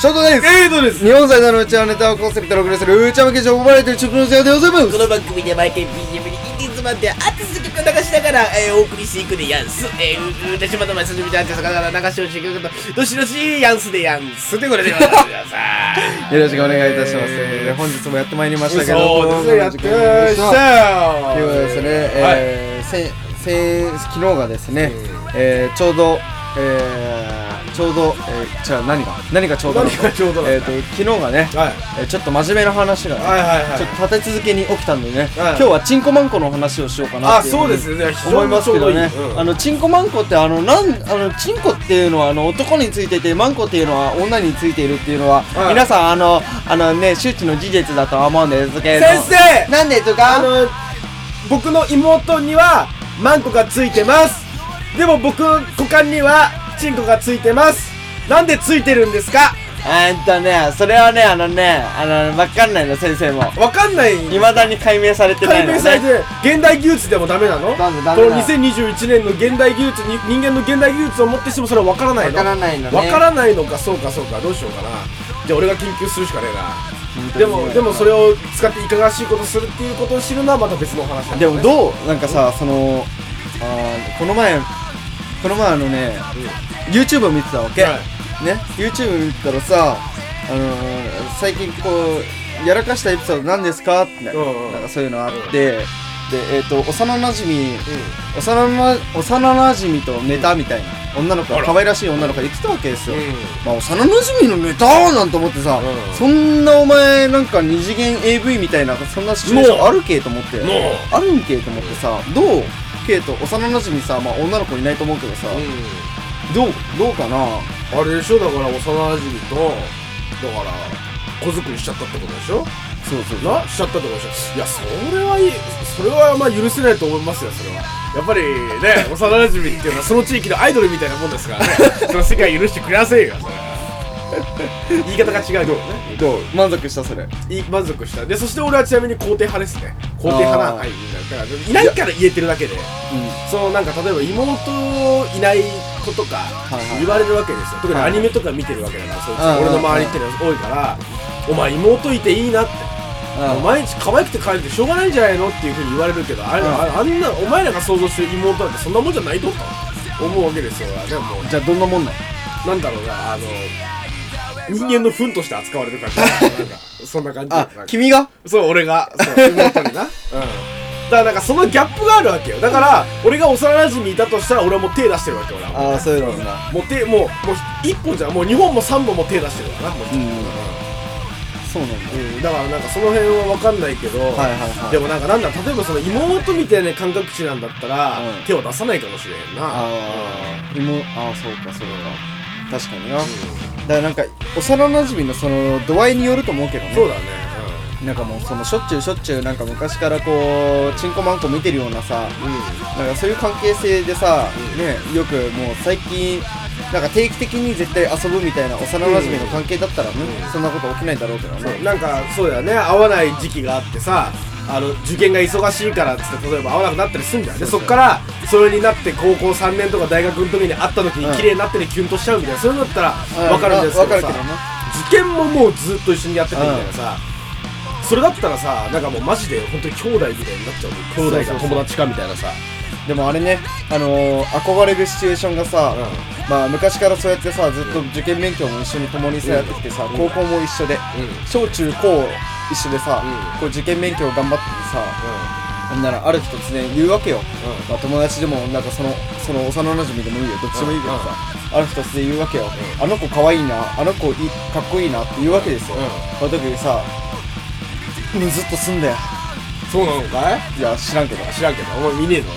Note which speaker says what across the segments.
Speaker 1: ショートです
Speaker 2: えーとです
Speaker 1: 日本最大のうちわネタをコンセプトにお送りするうーちゃまけ情報バラエティー直の世話でございます
Speaker 2: この番組で毎回 BGM にインディーズマンで熱す曲を流しながら、えー、お送りしていくでやんす。えー、うー、しまとまさしみたいな魚流しをしていくこと、どしどしやんすでやんす。ということでございます、皆さん。
Speaker 1: よろしくお願いいたします、
Speaker 2: えー
Speaker 1: 本日もやってまいりましたけど
Speaker 2: そうですね、やってまいりまし
Speaker 1: と
Speaker 2: た
Speaker 1: いうことでですね、えーせせ昨日がですね、えーちょうど、えーちょうど、えー、じゃあ何が何がちょうどなのか
Speaker 2: 何がちょうどな
Speaker 1: え
Speaker 2: の
Speaker 1: ー、
Speaker 2: か
Speaker 1: と昨日がね、
Speaker 2: はい。
Speaker 1: えーちょっと真面目な話がね、
Speaker 2: はいはいはい
Speaker 1: ちょっと立て続けに起きたんでね、
Speaker 2: は
Speaker 1: 今
Speaker 2: い
Speaker 1: 日はチンコマンコの話をしようかな
Speaker 2: あ、
Speaker 1: っていうふ
Speaker 2: そうう
Speaker 1: に
Speaker 2: ですね。
Speaker 1: 思い
Speaker 2: 非常に
Speaker 1: ま
Speaker 2: ち
Speaker 1: す
Speaker 2: ょ
Speaker 1: け
Speaker 2: うど
Speaker 1: ど
Speaker 2: いい。
Speaker 1: ね、
Speaker 2: うん
Speaker 1: あのチンコマンコってあのなんあのチンコっていうのはあの男についててマンコっていうのは女についているっていうのは、
Speaker 2: はい
Speaker 1: 皆さんあのあのね周知の事実だとは思うんですけれど
Speaker 2: 先生
Speaker 1: なんでと
Speaker 2: あ
Speaker 1: か
Speaker 2: の僕の妹にはマンコがついてますでも僕の股間にはチンコがついてますなんでついてるんですか
Speaker 1: えーっとねそれはねあのねあのわかんないの先生も
Speaker 2: わかんない
Speaker 1: いまだに解明されてない
Speaker 2: 解
Speaker 1: の、ね、
Speaker 2: 明されてない現代技術でもダメなの
Speaker 1: ダメダメ
Speaker 2: こ
Speaker 1: だ
Speaker 2: の2021年の現代技術に人間の現代技術を持ってしてもそれはわからないの
Speaker 1: わからないのね
Speaker 2: わからないのかそうかそうかどうしようかなじゃあ俺が研究するしかねえなでもでもそれを使っていかがわしいことをするっていうことを知るのはまた別の話だ
Speaker 1: でもどうなんかさそのあーこの前この前あのね YouTube を見てたわけ、
Speaker 2: はい
Speaker 1: ね YouTube 見てたらさあのー、最近こうやらかしたエピソード何ですかってな,、
Speaker 2: うんうん
Speaker 1: んかそういうのあって、でえっ、と幼馴染幼な幼馴染とネタみたいな、女の子
Speaker 2: あら
Speaker 1: 可愛らしい女の子が言ってたわけですよ、
Speaker 2: うん
Speaker 1: まあ幼馴染のネタなんて思ってさ、
Speaker 2: うん
Speaker 1: そんなお前なんか二次元 AV みたいなそんなシチュエーションあるけと思って、
Speaker 2: もう
Speaker 1: あるんけと思ってさどうけと幼馴染さまあ女の子いないと思うけどさ、どうどうかな
Speaker 2: あれでしょだから幼馴染とだから子作りしちゃったってことでしょ
Speaker 1: そうそう
Speaker 2: なしちゃったってことでしょいやそれはいいそれはまあ許せないと思いますよそれはやっぱり ね幼馴染っていうのはその地域のアイドルみたいなもんですからね その世界許してくれませんよそれは 言い方が違うけどね
Speaker 1: どう満足したそれ
Speaker 2: いい満足したでそして俺はちなみに肯定派ですね肯定派な
Speaker 1: あー
Speaker 2: はいだからいないから言えてるだけで
Speaker 1: う
Speaker 2: そのなんか例えば妹いない子とか
Speaker 1: いはい
Speaker 2: 言われるわけですよ、特に
Speaker 1: は
Speaker 2: ア
Speaker 1: い
Speaker 2: ニメとか見てるわけだから、そいつ
Speaker 1: うんうんうん
Speaker 2: 俺の周りっていうのは多いから、お前妹いていいなって、
Speaker 1: ん
Speaker 2: 毎日可愛くて可愛くてしょうがないんじゃないのっていうふうに言われるけどあれ、
Speaker 1: うん
Speaker 2: ああんなお前らが想像してる妹なんてそんなもんじゃないと思う思うわけですよ俺はでもも
Speaker 1: じゃあどんなもんなん
Speaker 2: うなんだろうなあの人間の糞として扱われる感じなんかそんな感じ
Speaker 1: あ
Speaker 2: なんか
Speaker 1: 君が
Speaker 2: そう、俺が。そう、妹にな。うん。だからなんかそのギャップがあるわけよ。だから、俺が幼馴染にいたとしたら俺はもう手出してるわけよ、俺はも
Speaker 1: ああそういうのな
Speaker 2: う。もう手、もう、もう一本じゃん、もう二本も三本も手出してるからな、もう。
Speaker 1: うんそうなんだ
Speaker 2: うんだからなんかその辺は分かんないけど、
Speaker 1: はいはいはい
Speaker 2: でもなんかなんだ例えばその妹みたいな感覚値なんだったら、
Speaker 1: うん
Speaker 2: 手を出さないかもしれへんな
Speaker 1: ああ妹ああそうかそうか確かになだからなんか幼馴染のその度合いによると思うけど
Speaker 2: う
Speaker 1: ね
Speaker 2: んそうだね
Speaker 1: なんかもうそのしょっちゅうしょっちゅうなんか昔からこうチンコマンコ見てるようなさ
Speaker 2: うん、うん、
Speaker 1: なんかそういう関係性でさ、
Speaker 2: うん
Speaker 1: ね、よくもう最近なんか定期的に絶対遊ぶみたいな幼馴染の関係だったらね、
Speaker 2: うん
Speaker 1: そんなこと起きないだろうけどね、
Speaker 2: なんかそうだよね会わない時期があってさあの受験が忙しいからっつって例えば会わなくなったりするんだよね
Speaker 1: そ
Speaker 2: そう
Speaker 1: そう
Speaker 2: っからそれになって高校3年とか大学の時に会った時
Speaker 1: うん
Speaker 2: に綺麗になっててキュンとしちゃうみたいなそういうのだったら
Speaker 1: うん
Speaker 2: 分かるんですけ
Speaker 1: わ
Speaker 2: ど
Speaker 1: か
Speaker 2: さ
Speaker 1: るけどな
Speaker 2: 受験ももうずっと一緒にやってたみたいなさそれだったらさなんかもうマジで本当に兄弟みたいになっちゃ
Speaker 1: そう
Speaker 2: う
Speaker 1: そう
Speaker 2: 兄弟か友達かみたいなさ
Speaker 1: でもあれね、あのー、憧れるシチュエーションがさ、
Speaker 2: う
Speaker 1: まあ、昔からそうやってさずっと受験勉強も一緒に共にさやってきてさ、
Speaker 2: うん
Speaker 1: 高校も一緒で、
Speaker 2: ん
Speaker 1: 小中高一緒でさ、
Speaker 2: うん
Speaker 1: こう受験勉強頑張っててさほんならある日突然言うわけよ、まあ、友達でもなんかそのその幼馴染でもいいよどっちでもいいけどさ、ある日突然言うわけよ、あの子可愛いなあの子いいかっこいいなって言うわけですよ、
Speaker 2: うん
Speaker 1: その時にさムズっとすんだよ
Speaker 2: そうなのかい
Speaker 1: いや知らんけど
Speaker 2: 知らんけどお前見ねえぞね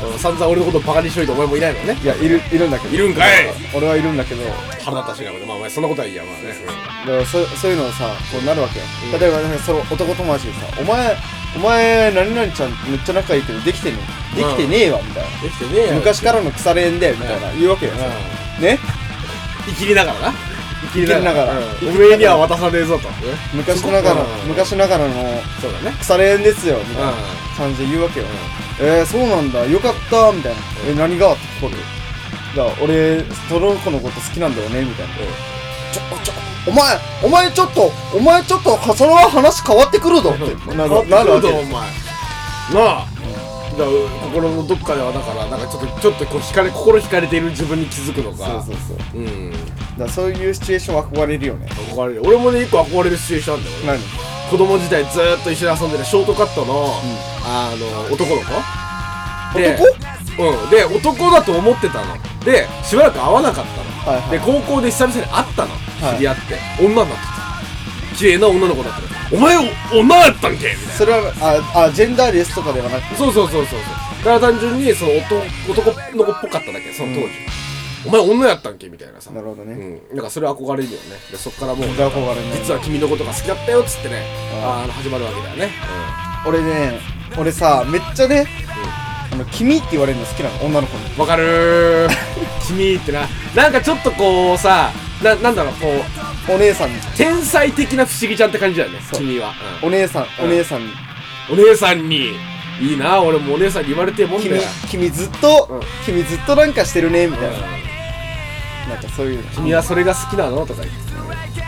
Speaker 2: そう散々俺のことバカにしといてお前もいないのね
Speaker 1: いやいるいるんだけど
Speaker 2: いるんかい
Speaker 1: 俺はいるんだけどだか
Speaker 2: 腹立たしいなまあお前そんなことはいいやまあね
Speaker 1: らそそういうのをさこうなるわけよ、
Speaker 2: うん
Speaker 1: 例えばなんかその男友達でさ「お前お前何々ちゃんめっちゃ仲いいけどできてねできてねえわ」みたいな、
Speaker 2: できてねえよ
Speaker 1: 昔からの腐れ縁でみたいな言うわけよさ、ね
Speaker 2: 生きりながらな生
Speaker 1: きりながら
Speaker 2: うんおめえには渡さねえぞと
Speaker 1: 昔ながらの
Speaker 2: うん
Speaker 1: 昔ながらの
Speaker 2: そうだね
Speaker 1: 腐れ縁ですよみたいな
Speaker 2: う
Speaker 1: 感じで言うわけよ、えー、そうなんだよかったみたいな、え何がって聞こえるだから俺その子のこと好きなんだよねみたいな、ちょちょお前、お前ちょっと、お前ちょっと、それは話変わってくるぞってなるなるわけ
Speaker 2: だお
Speaker 1: で
Speaker 2: 前なあだから心のどっかではだからなんかちょっとちょっとこう惹かれ心惹かれている自分に気づくの
Speaker 1: す。
Speaker 2: か
Speaker 1: そうそうそう。だか
Speaker 2: ううん
Speaker 1: らそういうシチュエーションは憧れるよね。
Speaker 2: 憧れる俺もね一個憧れるシチュエーションあんだよ俺
Speaker 1: 何
Speaker 2: 子供時代ずーっと一緒に遊んでるショートカットの、あの男の子で
Speaker 1: 男
Speaker 2: うん、で男だと思ってたのでしばらく会わなかったの、
Speaker 1: はいはい
Speaker 2: で高校で久々に会ったの
Speaker 1: はい
Speaker 2: 知り合って、女になってた綺麗な女の子だったのお前女だったんけみたいな
Speaker 1: それは、あ、あ、ジェンダーレスとかではなくて。
Speaker 2: そうそうそうそうそうだから単純にその男男の子っぽかっただけその当時、お前女やったんけみたいなさ
Speaker 1: なるほどね
Speaker 2: うん、なんかそれ憧れるよねでそっからもう
Speaker 1: それ憧れるね
Speaker 2: 実は君のことが好きだったよっつってね
Speaker 1: あ
Speaker 2: あの始まるわけだよね、
Speaker 1: 俺ね、俺さ、めっちゃね、あの、君って言われるの好きなの、女の子に。
Speaker 2: わか るー君ってななんかちょっとこうさななんだろうこう
Speaker 1: お姉さんに。
Speaker 2: 天才的な不思議ちゃんって感じだよね
Speaker 1: そう
Speaker 2: 君は、
Speaker 1: お姉さん、
Speaker 2: うん
Speaker 1: お姉さんに。
Speaker 2: お姉さんにいいな俺もお姉さんに言われてえもんだ
Speaker 1: 君
Speaker 2: よ、
Speaker 1: 君ずっと、
Speaker 2: うん
Speaker 1: 君ずっとなんかしてるね、み
Speaker 2: う
Speaker 1: たいな。
Speaker 2: ん
Speaker 1: なんかそういうの。
Speaker 2: 君はそれが好きなのとか言って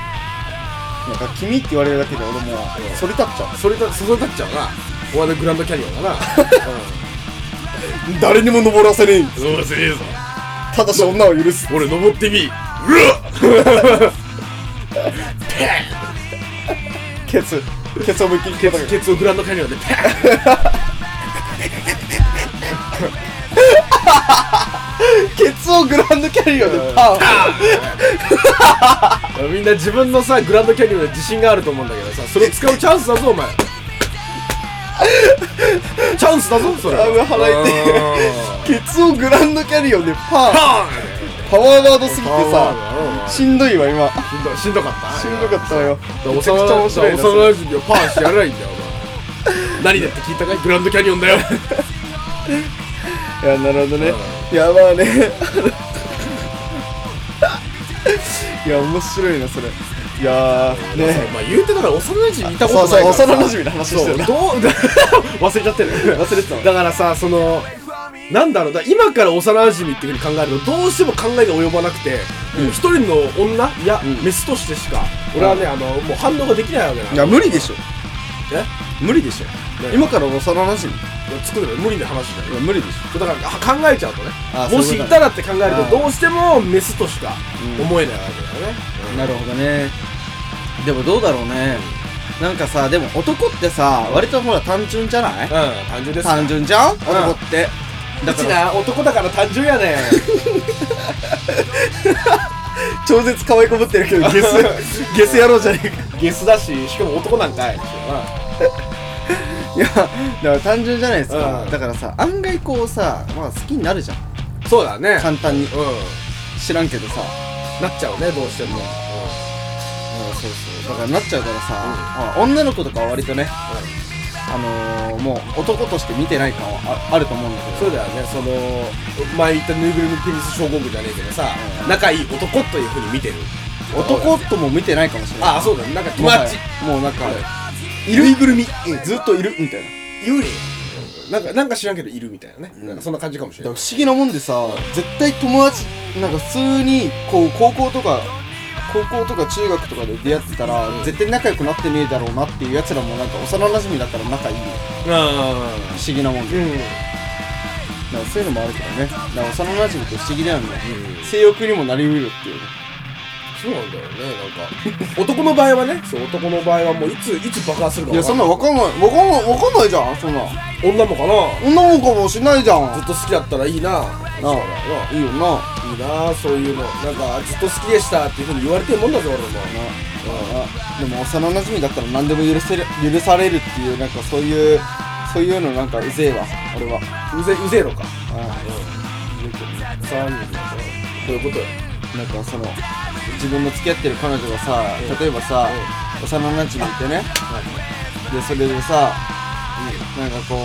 Speaker 1: なんか君って言われるだけで俺もう、それ立っちゃ
Speaker 2: それとそそ立っちゃうなお前のグランドキャニオ ンだな
Speaker 1: う。誰にも登らせねえ。
Speaker 2: うんそうせねえぞ
Speaker 1: ただし女を許す。
Speaker 2: 俺登ってみうわ
Speaker 1: ケツ。ケツを思いっきり蹴ったけど
Speaker 2: ケツをグランドキャニオンで ペッ
Speaker 1: ケツをグランドキャリアでパン。
Speaker 2: みんな自分のさグランドキャニオンで自信があると思うんだけどさそれを使うチャンス だぞお前チャンスだぞそれ
Speaker 1: あうわ腹痛い
Speaker 2: うん
Speaker 1: ケツをグランドキャリアでパン。
Speaker 2: パ
Speaker 1: パワーワードすぎて
Speaker 2: ーン
Speaker 1: さ、しんどいわ今。
Speaker 2: しんどしんどかった
Speaker 1: しんどかったわよ。
Speaker 2: 幼
Speaker 1: め
Speaker 2: な
Speaker 1: ちゃくちゃ面白いなそれ
Speaker 2: 幼馴染をパーしてやらないんだよお前 何だって聞いたかいグランドキャニオンだよ
Speaker 1: いや、なるほどね。いや、まあね。 いや、面白いな、それ。いやー、ね。
Speaker 2: まあ言うてだから幼馴染見たことないから
Speaker 1: そうそう幼馴染の話してるな
Speaker 2: そうどう 忘れちゃってる
Speaker 1: 忘れてたわ
Speaker 2: だからさそのなんだろうだ今から幼馴染っていうふうに考えるとどうしても考えが及ばなくてもう一人の女いや、
Speaker 1: ん
Speaker 2: メスとしてしか俺はねあのもう反応ができないわけだ
Speaker 1: いや、無理でしょ。
Speaker 2: え
Speaker 1: 無理でしょ。今から幼馴染い
Speaker 2: 作るの無理な話だよ
Speaker 1: や、無理でし
Speaker 2: だからあ考えちゃうとね
Speaker 1: あ
Speaker 2: も
Speaker 1: そう
Speaker 2: し
Speaker 1: いう
Speaker 2: い
Speaker 1: こと
Speaker 2: たらって考える
Speaker 1: あ
Speaker 2: とどうしてもメスとしか
Speaker 1: うん
Speaker 2: 思えないわけだよね、
Speaker 1: ょ。なるほどね。でもどうだろうね。なんかさ、でも男ってさ、割とほら単純じゃない
Speaker 2: うん単純です
Speaker 1: 単純じゃん男って。だ
Speaker 2: う
Speaker 1: か
Speaker 2: ち
Speaker 1: ら、
Speaker 2: な男だから単純やねん
Speaker 1: 超絶可愛いこぶってるけど、 ゲス、ゲス野郎じゃねえか。
Speaker 2: ゲスだししかも男なんかい
Speaker 1: いや、だから単純じゃないですか。
Speaker 2: うん
Speaker 1: だからさ、案外こうさ、まあ好きになるじゃん。
Speaker 2: そうだね
Speaker 1: 簡単に。
Speaker 2: う
Speaker 1: 知らんけどさ。
Speaker 2: んなっちゃうねどうしても、
Speaker 1: うんそうそう。だからなっちゃうからさ、まあ女の子とかは割とね、あのー、もう男として見てない感はああると思うんだけど。
Speaker 2: そうだよねその前言ったぬいぐるみテニス症候群じゃねえけどさ、
Speaker 1: うん
Speaker 2: 仲いい男というふうに見てる
Speaker 1: 男とも見てないかもしれない。
Speaker 2: ああそうだねなんか
Speaker 1: も
Speaker 2: 友
Speaker 1: はや
Speaker 2: 達
Speaker 1: もうなんか、いるいぐるみ、うんずっといるみたいな。
Speaker 2: 幽霊なんかなんか知らんけどいるみたいなね、なんかそんな感じかもし
Speaker 1: だか
Speaker 2: れな
Speaker 1: ら
Speaker 2: い
Speaker 1: 不思議なもんでさ、絶対友達、なんか普通に、こう、高校とか、高校とか中学とかで出会ってたら、絶対仲良くなってねえだろうなっていうやつらもなんか幼馴染だったら仲いいよ
Speaker 2: う
Speaker 1: 不思議なもんで。
Speaker 2: んうん
Speaker 1: なんかそういうのもあるけどね。なんか幼馴染って不思議だよね。性欲にもなりうるっていうね。
Speaker 2: そうなんだよねなんか男の場合はねそう男の場合はもういついつ爆発するか
Speaker 1: いや、そんなんわかんない、わかんない、わかんないじゃん、そんなん。
Speaker 2: 女もかな
Speaker 1: 女の子もしないじゃん。
Speaker 2: ずっと好きだったらいいな
Speaker 1: な
Speaker 2: そうだよ
Speaker 1: あ、いいよな。ない
Speaker 2: いなそういうのなんかずっと好きでしたっていうふうに言われてるもんだぞ俺も
Speaker 1: あでも幼馴染だったら何でも許せる、許されるっていう、なんかそういう、そういうのなんかうぜえわ、俺は。
Speaker 2: うぜうぜえのか
Speaker 1: あ
Speaker 2: 三人だぞどういうことよ
Speaker 1: あなんかその、自分の付き合ってる彼女がさ、例えばさ、幼馴染いてね、で、それでさ、なんかこ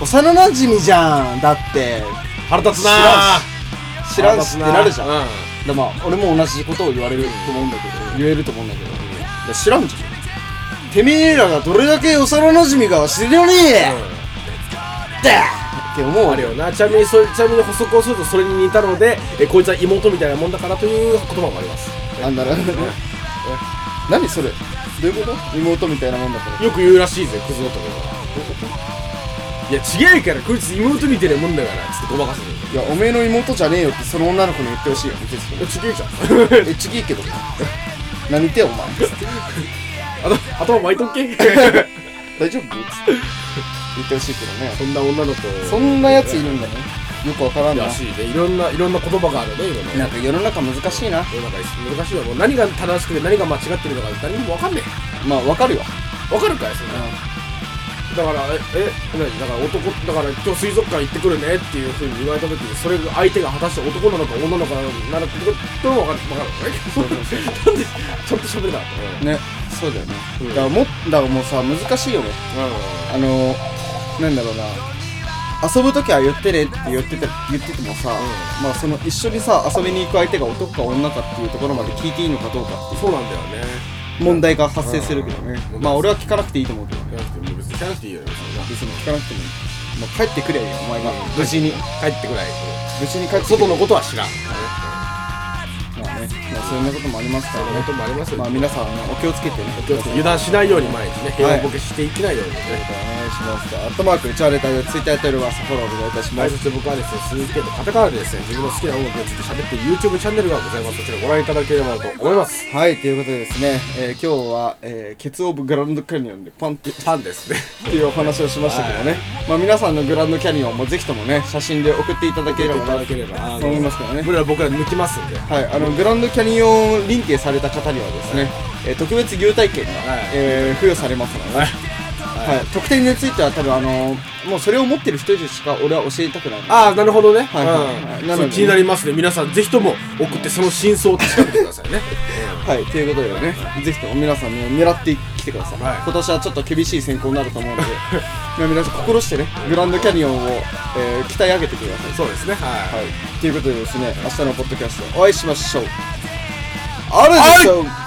Speaker 1: う、幼馴染じゃんだって、
Speaker 2: 腹立つ
Speaker 1: な
Speaker 2: な
Speaker 1: 知らんしってなるじゃん。
Speaker 2: うん
Speaker 1: でまあ、俺も同じことを言われると思うんだけど、言えると思うんだけど、いや知らんじゃん。てめえらがどれだけ幼馴染が知るのに、ってって思う
Speaker 2: あ
Speaker 1: わけ
Speaker 2: る
Speaker 1: よ。
Speaker 2: よなちなみにそれちなみに補足をするとそれに似たのでえこいつは妹みたいなもんだからという言葉もあります
Speaker 1: なんだろうね。何それどういうこと妹みたいなもんだから
Speaker 2: よく言うらしいぜクズ男はいや違うからこいつ妹みてえなもんだからちょっとごまかす
Speaker 1: いやおめえの妹じゃねえよってその女の子に言ってほ しいよ別に
Speaker 2: 違えじゃん
Speaker 1: えちぎいけど 何言ってよお前つって
Speaker 2: あと頭巻いとっけ そ
Speaker 1: 大丈夫つって言ってほしいけどね
Speaker 2: んな女の子
Speaker 1: そんなやついるんだねよくわからんな
Speaker 2: らしいねいろんないろんな言葉があるね
Speaker 1: な
Speaker 2: 今ね
Speaker 1: んか世の中難しいな
Speaker 2: 世の中難しいわもう何が正しくて何が間違ってるのか誰にも分かんね
Speaker 1: まあわかるよ
Speaker 2: え分かるかいそれだからええ何だから男だから今日水族館行ってくるねっていうふうに言われた時にそれが相手が果たして男なのか女なのかなのかってことも分かる分かる なんでちゃんと喋れた
Speaker 1: ねそうだよね
Speaker 2: うん
Speaker 1: だからもだからもうさ難しいよねあのなんだろうな遊ぶ時は言ってねって言ってて言っててもさ、
Speaker 2: ん
Speaker 1: まあその一緒にさ遊びに行く相手が男か女かっていうところまで聞いていいのかどうか
Speaker 2: そうなんだよね
Speaker 1: 問題が発生するけどね、
Speaker 2: うん
Speaker 1: まあ俺は聞かなくていいと思うけど
Speaker 2: 聞かなくても別に聞かなくていいよね
Speaker 1: 別に聞かなくてもいいもう帰ってくれよお前が無事に
Speaker 2: 帰ってくらい
Speaker 1: 無事に帰ってくれ
Speaker 2: 外のことは知らん
Speaker 1: まあね、まあ、そんなこともありますから
Speaker 2: そういう
Speaker 1: ね
Speaker 2: こともありますよ
Speaker 1: まあ
Speaker 2: ね
Speaker 1: 皆さんあのお気をつけてね
Speaker 2: 気をつけて油断しないように毎日ね平和ボケしていけないようにね
Speaker 1: お願いしますアットマークチャーレタイでツイッターやっておりますフォローお願いいたしま
Speaker 2: はい、
Speaker 1: す
Speaker 2: そして僕はですね、鈴木健とカタカナでですね、自分の好きな音楽について喋ってる YouTube チャンネルがございます。そちらご覧いただければと思います。
Speaker 1: はいということでですね、えー今日は、えーケツオブグランドキャニオンでパンって
Speaker 2: パンですね。
Speaker 1: っていうお話をしましたけどね、まあ皆さんのグランドキャニオンもぜひともね写真で送っていただけ
Speaker 2: 見
Speaker 1: れ
Speaker 2: てい
Speaker 1: ば
Speaker 2: た
Speaker 1: な
Speaker 2: だければ、あ
Speaker 1: と思いますからね
Speaker 2: 僕ら僕ら抜きますんで。
Speaker 1: はい、あのグランドキャニオン認定された方にはですね、えー特別牛体券が、
Speaker 2: はい
Speaker 1: えー付与されますので、はい特典については多分あのもうそれを持ってる人しか俺は教えたくない
Speaker 2: ああ、なるほどね。
Speaker 1: はいはいはい
Speaker 2: うん
Speaker 1: なので
Speaker 2: そう気になりますね。皆さん、ぜひとも送って、その真相を確かめてくだ さいね。
Speaker 1: はいということでね、ぜひとも皆さんね狙ってきてください、
Speaker 2: はい
Speaker 1: 今年はちょっと厳しい選考になると思うので まあ皆さん心してねグランドキャニオンを、えー鍛え上げてください
Speaker 2: そうですね。はい。
Speaker 1: はい、ということでですね、明日のポッドキャストお会いしましょう。あるでしょ